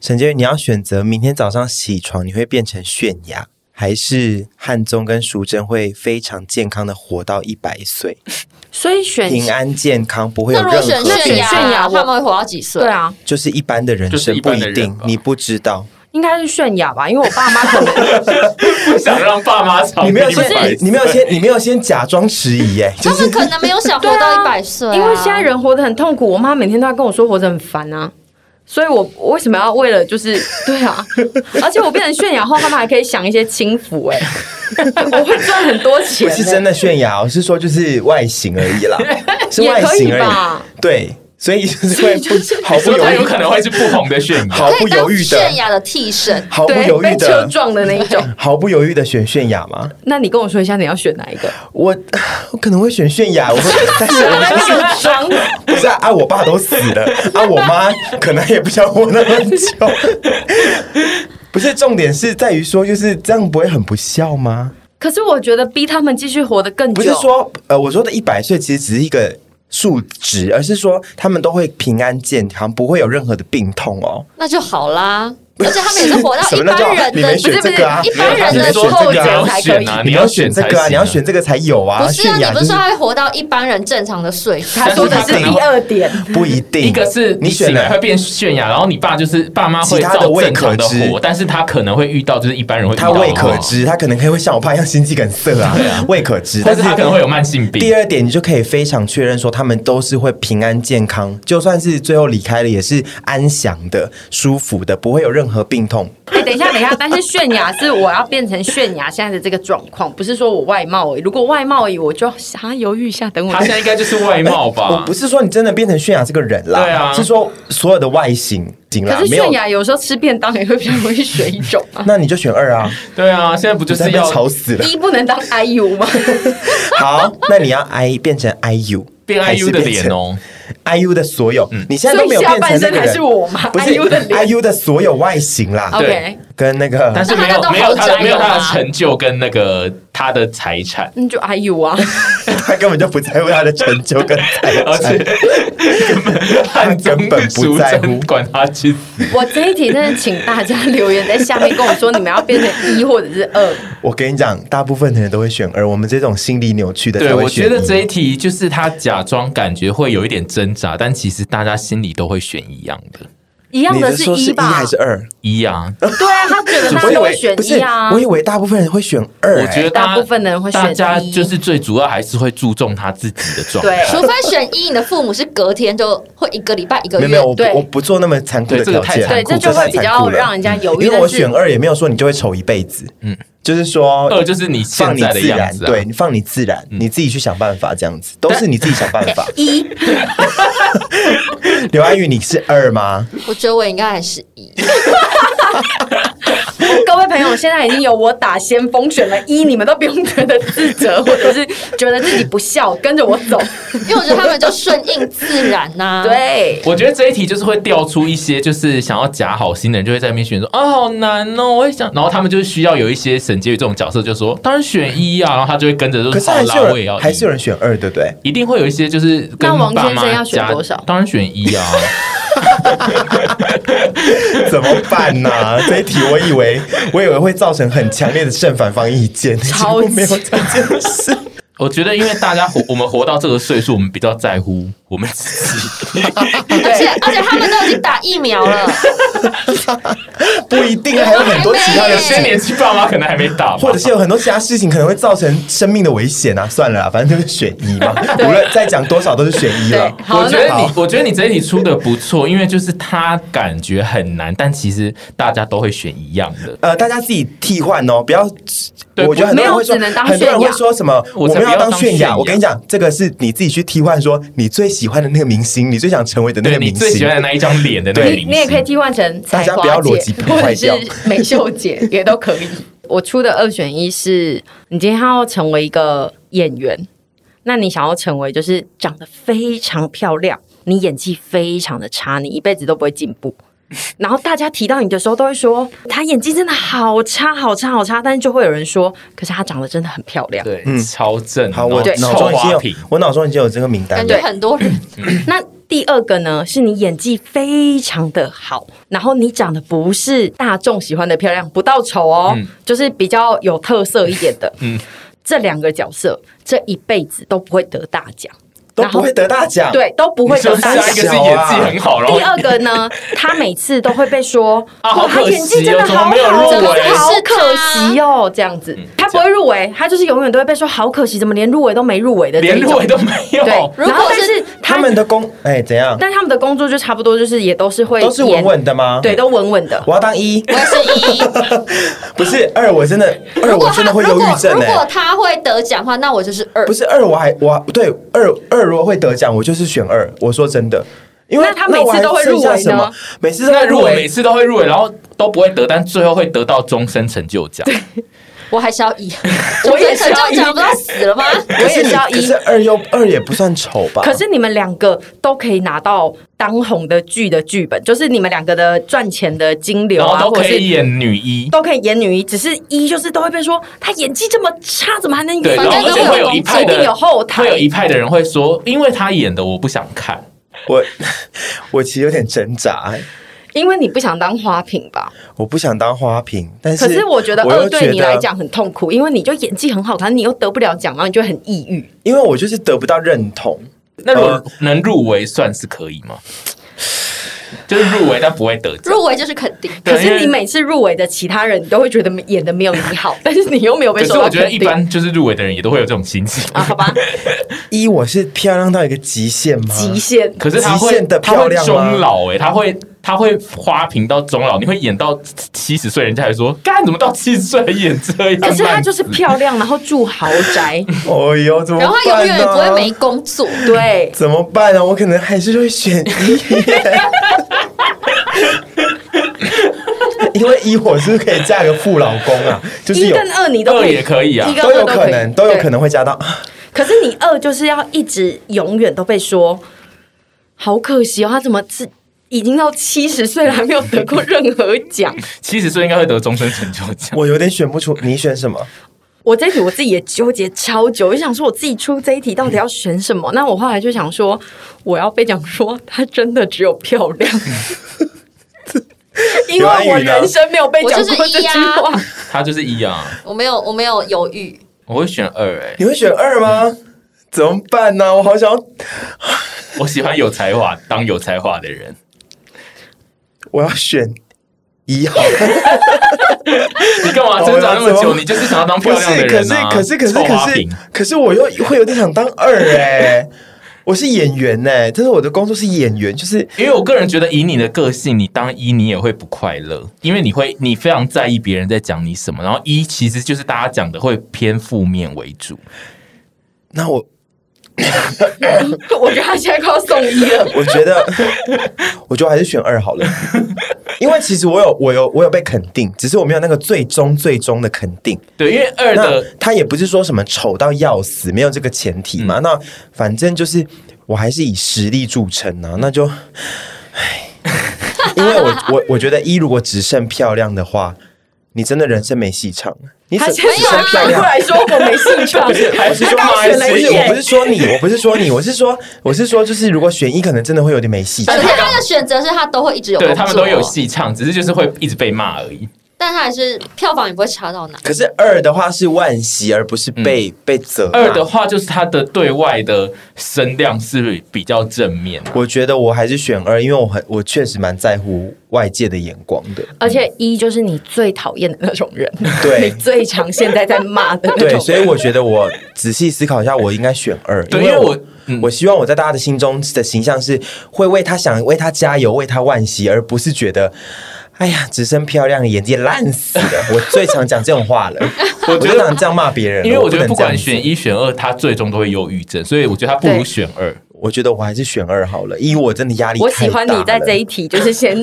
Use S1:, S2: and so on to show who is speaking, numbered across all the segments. S1: 沈婕妤，你要选择明天早上起床你会变成泫雅，还是汉宗跟淑珍会非常健康的活到一百岁，
S2: 所以选
S1: 平安健康，不会有
S3: 那如果
S1: 任
S3: 选
S1: 何
S3: 泫
S1: 病
S3: 雅，
S1: 痛
S2: 泫雅我
S3: 他们会活到几岁？
S2: 对，啊，
S1: 就是一般的人
S4: 就是
S1: 生
S4: 一
S1: 不
S4: 般的
S1: 一
S4: 人
S1: 定
S4: 吧，
S1: 你不知道，
S2: 应该是泫雅吧，因为我爸妈可能
S4: 不 想让爸妈吵。
S1: 你没有
S4: 们
S1: 先，你没有 先，你没有先假装迟疑 耶，就
S3: 他
S1: 是
S3: 们可能没有想活
S2: 对
S3: 到
S2: 啊
S3: 一百岁啊，
S2: 因为现在人活得很痛苦，我妈每天都要跟我说活着很烦啊，所以我我为什么要为了就是对啊，而且我变成泫雅后，他们还可以享一些轻浮哎、 我会赚很多钱、
S1: 不是真
S2: 的，
S1: 的泫雅哦，我是说就是外形而 已啦，是
S2: 也
S1: 外
S2: 可以
S1: 形而已。
S2: 吧？
S1: 对，所以就是会不毫不
S4: 说
S1: 犹
S4: 他有
S1: 豫
S4: 可，能会是不红的炫耀。
S1: 毫
S3: 可
S1: 不
S3: 以当
S1: 犹豫
S3: 泫
S1: 的，
S3: 雅的 替身。
S1: 毫不
S2: 欸对，
S1: 犹豫
S2: 被车
S1: 的，
S2: 撞的那一种。
S1: 毫不犹豫的选泫雅吗？
S2: 那你跟我说一下你要选哪一个？
S1: 我 我可能会选泫雅，我会，但是我
S2: 那
S1: 就是
S2: 个装，
S1: 不是啊啊，我爸都死了，啊，我妈可能也不想活那么久。 不是重点是在于说，就是这样不会很不孝吗？
S2: 可是我觉得逼他们继续活得更久，
S1: 不是说呃，我说的一百岁其实只是一个数值，而是说他们都会平安健康，不会有任何的病痛哦。
S3: 那就好啦。而且他们也是活到
S1: 什
S3: 一
S1: 么那就
S3: 般人
S1: 你们
S3: 的，
S1: 选这个啊
S3: 一般人
S1: 你
S3: 的
S1: 们选
S3: 后
S1: 这个
S3: 者
S1: 啊
S3: 才
S4: 才
S3: 可
S4: 可
S3: 以
S4: 以。
S1: 你要选这个啊，你要选这个才有啊。
S3: 不是啊，
S1: 泫
S3: 你
S1: 雅
S3: 不
S1: 就是是
S3: 说他会活到一般人正常的岁数？
S2: 他 说的是第二点，
S1: 不一定，
S4: 一个是你
S1: 你选
S4: 醒来
S1: 了
S4: 会变泫雅，然后你爸就是爸妈会
S1: 其他的
S4: 照
S1: 未
S4: 正
S1: 可
S4: 常的
S1: 知
S4: 活，但是他可能会遇到就是一般人会遇
S1: 他
S4: 到的
S1: 未可
S4: 话，
S1: 知，他可能可以会像我爸一样心肌梗塞啊， 未可知。
S4: 或
S1: 但
S4: 是
S1: 是
S4: 他可能会有慢性病
S1: 第。二点，你就可以非常确认说，他们都是会平安健康，就算是最后离开了，也是安详的、舒服的，不会有任何病痛。
S2: 哎、等一下，等一下，但是泫雅是我要变成泫雅现在的这个状况，不是说我外貌而已。如果外貌而已，我就啊犹豫一下，等我
S4: 他现在应该就是外貌
S1: 哎我
S4: 吧
S1: 不？是说你真的变成泫雅这个人啦，
S4: 啊对啊
S1: 是说所有的外形，行啦
S2: 可是，
S1: 没有。
S2: 泫，雅有时候吃便当也会比较容易水肿啊
S1: 那你就选二啊，
S4: 对啊，现在 不就
S1: 你在
S4: 是
S1: 被
S4: 要
S1: 吵死了。
S2: 一不能当 IU 吗？
S1: 好，那你要 I 变成 IU，
S4: 变
S1: 还是
S4: IU 的脸哦？嗯
S1: 变成，IU 的所有，你现在
S2: 所
S1: 都
S2: 以
S1: 没有
S2: 下
S1: 变成
S2: 半
S1: 那
S2: 身
S1: 个
S2: 还
S1: 人
S2: 是，我吗
S1: 不是
S2: ？IU 的脸。
S1: IU 的所有外形啦，
S4: 对
S2: OK，
S1: 跟那个
S4: 但是没
S3: 那他
S4: 有
S3: 都
S4: 没有
S3: 豪
S4: 他
S3: 宅
S4: 的没有
S3: 有吗
S4: 他的成就跟那个他的财产，
S2: 那就 IU 啊，
S1: 他根本就不在乎他的成就跟才
S4: 而且
S1: 华。
S4: 根本汉中
S1: 哎根本不
S4: 淑
S1: 在
S4: 珍
S1: 乎
S4: 管他去死。
S2: 我这一题真的请大家留言在下面跟我说，你们要变成一或者是二。
S1: 我跟你讲，大部分的人都会选二，我们这种心理扭曲的
S4: 对，
S1: 才会
S4: 我
S1: 选
S4: 觉
S1: 一。
S4: 得这一题就是他假装感觉会有一点挣扎，但其实大家心里都会选一样的，
S2: 一样
S1: 你
S2: 的
S1: 是
S2: 是
S1: 说是
S2: 一
S1: 一
S2: 吧
S1: 还？是二？
S4: 一样。
S2: 对啊，他觉得
S1: 我
S2: 大家
S1: 以
S2: 都会
S1: 为
S2: 选
S1: 不
S2: 一
S1: 是
S2: 啊，
S1: 我。以为大部分人会选二、哎
S4: 我觉得
S2: 大
S4: 家
S2: 部分的人会选
S4: 大家
S2: 一
S4: 就是最主要还是会注重他自己的状态
S1: 啊
S2: 对。
S3: 除非选一，你的父母是隔天就会一个礼拜一个
S1: 没有
S3: 月。
S1: 没有，我不
S2: 对
S1: 我不做那么残酷的
S4: 对这
S1: 条
S4: 个太
S1: 件，
S2: 对，
S4: 残
S2: 这
S4: 酷
S2: 就会
S1: 太
S2: 比
S1: 残
S2: 较
S1: 酷了
S2: 让人家犹豫。
S1: 因为我
S2: 但是
S1: 选二也没有说你就会丑一辈子，嗯，就是说
S4: 二就是你现
S1: 放你
S4: 在的
S1: 自
S4: 样
S1: 然，
S4: 子、啊，嗯
S1: 对，你放你自然，你自己去想办法，这样子都是你自己想办 法。
S2: 一，
S1: 刘安宇，你是二吗？
S4: 嗯
S3: 我觉得我应该还是一。
S2: 各位朋友，现在已经有我打先锋选了一，你们都不用觉得自责，或者是觉得自己不孝，跟着我走。
S3: 因为我觉得他们就顺应自然 呐、，
S2: 对，
S4: 我觉得这一题就是会调出一些，就是想要假好心的人，就会在那边选说啊，好难哦，我也想。然后他们就是需要有一些沈婕妤这种角色，就说当然选一啊，然后他就会跟着就
S1: 可
S4: 是
S1: 是
S4: 好
S1: 还
S4: 啦
S1: 是，有
S4: 我也要
S1: 人
S4: 一
S1: 还是有人选二，对不对？
S4: 一定会有一些就是跟
S2: 那王
S4: 爸
S2: 先
S4: 妈
S2: 生要选
S4: 家
S2: 多少
S4: 当然选一啊，
S1: 怎么办呢、这一题我以为我以为会造成很强烈的正反方意见，结
S2: 超
S1: 果
S2: 级
S1: 没有这件事。
S4: 我觉得因为大家活 我们活到这个岁数，我们比较在乎我们自己。
S3: 而且而且他们都已经打疫苗了，
S1: 不一定，还有很 多其他的
S3: 对
S4: 有
S1: 事
S4: 些
S1: 情，
S4: 年纪爸妈可能还没打吧，
S1: 或者是有很多其他事情可能会造成生命的危险啊。算了啦，反正就是选一 嘛，无论再讲多少都是选一了。
S2: 对好
S4: 我觉得
S1: 那
S4: 你，我觉得你这一题出的不错，因为就是他感觉很难，但其实大家都会选一样的。
S1: 呃，大家自己替换哦，不要。
S4: 对
S1: 我觉得很多人会说，
S2: 没有只能当
S1: 很多人
S2: 泫
S1: 会
S2: 雅
S1: 说什么
S4: 我才
S1: 们
S4: 不
S1: 要
S4: 要
S1: 当
S4: 当
S1: 泫
S4: 泫
S1: 雅。
S4: 雅
S1: 我跟你讲，这个是你自己去替换，说你最喜欢的那个明星，你最想成为的那
S4: 对
S1: 个
S4: 你
S1: 明
S4: 最喜
S1: 星
S4: 欢。的那一张脸的那个
S2: 你
S4: 明
S2: 你也可以
S4: 星，
S2: 替换成才
S1: 大家不要
S2: 华
S1: 逻辑
S2: 姐，
S1: 破
S2: 或
S1: 坏
S2: 者
S1: 掉
S2: 是美 秀姐也都可以。我出的二选一是，你今天要成为一个演员，那你想要成为就是长得非常漂亮，你演技非常的差，你一辈子都不会进步。然后大家提到你的时候，都会说她演技真的好差、好差、好差，但是就会有人说，可是她长得真的很漂亮。
S4: 对，超正，
S1: 好，我
S4: 然后
S1: 脑中
S4: 臭
S1: 已经
S4: 花
S1: 有
S4: 瓶，
S1: 我脑中已经有这个名单
S3: 感
S1: 了
S3: 觉。很多人
S2: 那第二个呢，是你演技非常的好，然后你长得不是大众喜欢的漂亮，不到丑哦，
S4: 嗯
S2: 就是比较有特色一点的。
S4: 嗯
S2: 这两个角色这一辈子都不会得大奖，
S1: 都不会得大奖，，
S2: 对，都不会
S4: 啊你
S2: 得
S4: 说
S2: 大
S4: 下
S1: 你
S2: 奖
S1: 是。
S4: 一个是演技很好，然后
S2: 第二个呢，他每次都会被说，
S4: 啊好
S2: 哇，他
S4: 可惜哦
S2: 演技真的
S4: 怎么
S2: 好好，哦
S4: 没有入嗯
S2: 真的
S3: 围
S2: 好可惜哦，这样子，他不会入围，他就是永远都会被说好可惜，怎么连入围都没入围的这一
S4: 连
S2: 种，
S4: 入围都没有，
S2: 对，然
S3: 如
S2: 后
S3: 果
S2: 但
S3: 是
S2: 是
S1: 他
S2: 他
S1: 们的工哎怎样，
S2: 但他们的工作就差不多，就是也都是会
S1: 都是稳稳的吗？
S2: 演，对，，都稳稳的。
S1: 我要当一，
S3: 我是一。
S1: 不是二，我真 的二
S3: 如果
S1: 我
S3: 他
S1: 真的会忧郁症
S3: 如果
S1: 哎、
S3: 如果他会得奖的话，那我就是二
S1: 不。是二我还我对二二如果会得奖，我就是选二，我说真的。因为
S2: 那他每次
S1: 我还
S2: 都会
S1: 剩
S2: 入
S1: 下
S2: 围
S1: 什么
S2: 呢？
S1: 每次都会
S4: 那如
S1: 入
S4: 果每
S1: 围，
S4: 次都会入围，然后都不会得，但最后会得到终身成就奖，
S3: 我还是要一。
S2: 我也
S3: 成
S2: 是要一
S3: 就奖不知道死了吗？
S2: 我也是要
S1: 可
S2: 一
S1: 是，二又二也不算丑吧？
S2: 可是你们两个都可以拿到当红的剧的剧本，就是你们两个的赚钱的金流
S4: 然
S2: 啊，
S4: 后都
S2: 或者
S4: 可以
S2: 是。
S4: 演女一。
S2: 都可以演女一，只是一就是都会被说她演技这么差，怎么还能演？
S4: 对，然
S3: 反正都
S4: 后而且
S3: 会
S4: 会
S3: 有
S4: 有一
S3: 工作
S4: 派
S2: 一定
S4: 的
S2: 有后台
S4: 会有一派的人会说，因为他演的我不想看，
S1: 我 我其实有点挣扎、哎
S2: 因为你不想当花瓶吧？
S1: 我不想当花瓶，但是
S2: 可是我觉得
S1: 又
S2: 二对你
S1: 觉得
S2: 来讲很痛苦，因为你就演技很好，但你又得不了奖，然后你就很抑郁。
S1: 因为我就是得不到认同，
S4: 那如果
S1: 呃
S4: 能入围算是可以吗？就是入围但不会得奖，
S3: 入围就是肯定。
S4: 对
S2: 可
S4: 因
S2: 是
S4: 为
S2: 你每次入围的其他人，你都会觉得演的没有你 好，但是你又没有被
S4: 可
S2: 受
S4: 是
S2: 到
S4: 我觉得
S2: 肯
S4: 一
S2: 定
S4: 般就是入围的人也都会有这种心情。
S2: 啊，好吧，
S1: 一我是漂亮到一个极限吗？
S2: 极限。
S4: 呃可是他
S1: 极
S4: 会
S1: 限的
S4: 他
S1: 漂
S4: 会
S1: 亮吗啊
S4: 终老哎、他会他会花瓶到终老，你会演到七十岁，人家还说干怎么到七十岁还演这样？
S2: 可是她就是漂亮，然后住豪 宅，
S1: 哦哟，怎么
S3: 然
S1: 办
S3: 后
S1: 呢、
S3: 他永远不会没工作。
S2: 对，
S1: 怎么办呢、我可能还是会选一，因为一我是不是可以嫁个富老公啊？就是
S2: 一
S1: 有
S2: 跟二你都
S4: 二
S2: 可以
S4: 也可以啊
S2: 一，跟
S1: 都
S2: 二
S1: 有可能，都有可
S2: 能。
S1: 能会嫁到。啊
S2: 对可是你二就是要一直永远都被说，好可惜哦，他怎么是已经到七十岁了还没有得过任何 奖？
S4: 七十岁应该会得终身成就奖。
S1: 我有点选不出，你选什么？
S2: 我这一题我自己也纠结超久，我就想说我自己出这一题到底要选什么？那我后来就想说，我要被讲说她真的只有漂亮， 因为我人生没有被讲过这句
S3: 我
S2: 话。
S4: 他就是一啊，
S3: 我没有，我没有犹豫。
S4: 我会选二哎、
S1: 你会选二吗？怎么办呢、我好想要，
S4: 我喜欢有才华当有才华的人。
S1: 我要选一号。
S4: 你干
S1: 哦
S4: 嘛挣扎那么久？你就是想要 当漂
S1: 不
S4: 亮的
S1: 是，可
S4: 人
S1: 是
S4: 啊！
S1: 可是可是
S4: 臭花
S1: 可是
S4: 瓶
S1: 可是我又会有点想当二哎、我是演员哎、但是我的工作是演员，就是
S4: 因为我个人觉得，以你的个性，你当一你也会不快乐，因为你会你非常在意别人在讲你什么，然后一其实就是大家讲的会偏负面为主。
S1: 那我
S2: 我觉得她现在快要送医 了。
S1: 我觉得，我觉得我还是选二好 了，因为其实我有我有我有被肯定，只是我没有那个最终最终的肯定。
S4: 对，因为二
S1: 那
S4: 的
S1: 他也不是说什么丑到要死，没有这个前提
S4: 嗯
S1: 嘛。那反正就是我还是以实力著称啊，那就，唉，因为我我我觉得一如果只剩漂亮的话，你真的人生没戏唱了。你
S2: 她
S1: 只
S2: 现在
S1: 只剩漂
S2: 反啊过
S1: 亮。
S2: 来说我没 兴趣，啊
S4: 还是
S1: 是
S4: 说
S1: 说
S2: 她刚选了
S1: 不
S2: 一
S1: 是，我不
S2: 眼
S1: 是说你，我不是说你，我是说，我是说，就是如果选一，可能真的会有点没戏唱
S3: 可。是他的选择是他都会一直有工
S4: 对
S3: 作，
S4: 他们都有，戏唱，只是就是会一直被骂而已。
S3: 但他还是票房也不会差到哪。
S1: 可是二的话是惋惜，而不是被、被责骂。
S4: 嗯二的话就是他的对外的声量是比较正面的。
S1: 我觉得我还是选二，因为我很我确实蛮在乎外界的眼光 的。
S2: 而且一就是你最讨厌的那种人，
S1: 对
S2: 你最常现在在骂的那
S1: 对，
S2: 种
S1: 所以我觉得我仔细思考一下，我应该选二，
S4: 对
S1: 为
S4: 因为
S1: 我
S4: 我嗯
S1: 我希望我在大家的心中的形象是会为他想、为他加油、为他惋惜，而不是觉得。哎呀，只剩漂亮的眼睛烂死 了！我最常讲这种话了，我
S4: 觉
S1: 就
S4: 得
S1: 常这样骂别人了。
S4: 因为我
S1: 我
S4: 觉得不
S1: 能这样
S4: 管
S1: 子
S4: 选一选二，他最终都会忧郁症，所以我觉得他不如选二。
S1: 我觉得我还是选二好了，因为我真的压力
S2: 我
S1: 太
S2: 喜欢
S1: 大
S2: 你在
S1: 了
S2: 这一题就 是先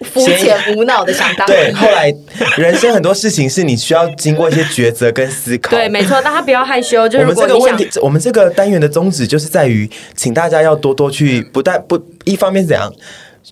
S2: 肤浅无脑的想当
S1: 对，后来人生很多事情是你需要经过一些抉择跟思考。
S2: 对，没错，大家不要害羞。就
S1: 我
S2: 如
S1: 们
S2: 果
S1: 这个
S2: 你
S1: 问
S2: 想
S1: 题，我们这个单元的宗旨就是在于，请大家要多多去，不但不一方面是怎样。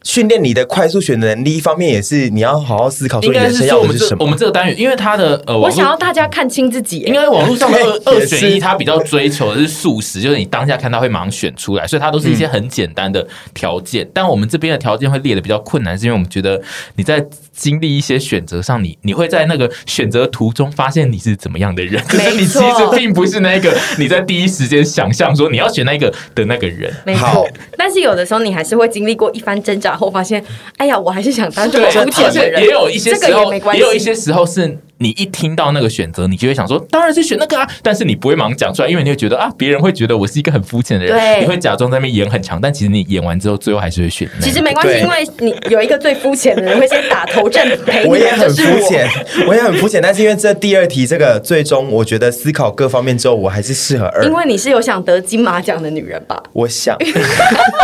S1: 训练你的快速选择能力，一方面也是你要好好思考说
S4: 应
S1: 你
S4: 该
S1: 人生
S4: 是
S1: 要
S4: 说我
S1: 的
S4: 们
S1: 是
S4: 这
S1: 什
S4: 我
S1: 么。
S4: 们这个单元，因为它的呃，
S2: 我
S4: 网
S2: 想要
S4: 络
S2: 大家看清自己、
S4: 应该网络上的二
S1: 对也
S4: 二
S1: 是
S4: 选一，它比较追求的是素食，就是你当下看到会马上选出来，所以它都是一些
S2: 嗯
S4: 很简单的条件。但我们这边的条件会列的比较困难，是因为我们觉得你在经历一些选择上，你你会在那个选择途中发现你是怎么样的人，可是你其
S2: 没
S4: 实
S2: 错
S4: 并不是那个你在第一时间想象说你要选那个的那个人。
S2: 没
S1: 好
S2: 错，但是有的时候你还是会经历过一番挣扎后，发现，哎呀，我还是想当这
S4: 对，
S2: 个
S4: 而
S2: 肤浅的
S4: 且
S2: 人。
S4: 也有一些
S2: 这
S4: 时
S2: 个也
S4: 候，
S2: 没关系，
S4: 也有一些时候是你一听到那个选择，你就会想说，当然是选那个啊，但是你不会马上讲出来，因为你会觉得啊，别人会觉得我是一个很肤浅的人，
S2: 对
S4: 你会假装在那边演很强，但其实你演完之后，最后还是会选那个。
S2: 其实没关系，
S1: 对
S2: 因为你有一个最肤浅的人会先打头阵陪
S1: 我
S2: 你
S1: 也
S2: 的，
S1: 很
S2: 就是
S1: 肤
S2: 我。
S1: 浅，我也很肤浅，但是因为这第二题这个最终，我觉得思考各方面之后，我还是适合二
S2: 因。为你是有想得金马奖的女人吧？
S1: 我 想，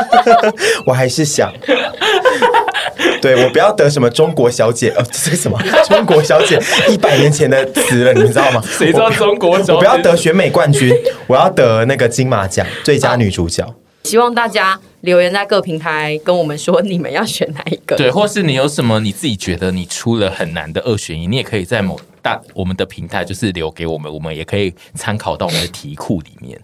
S1: 我还是想，对我不要得什么中国小姐，呃，这是什 么中国小姐一百年前的词了，你们知道吗？
S4: 谁知道中国
S1: 我不要得
S4: 得
S1: 选美冠军，我要得那个金马奖最佳女主角。
S2: 希望大家留言在各平台跟我们说你们要选哪一个。
S4: 对，或是你有什么你自己觉得你出了很难的二选一，你也可以在某大我们的平台就是留给我们，我们也可以参考到我们的题库里面。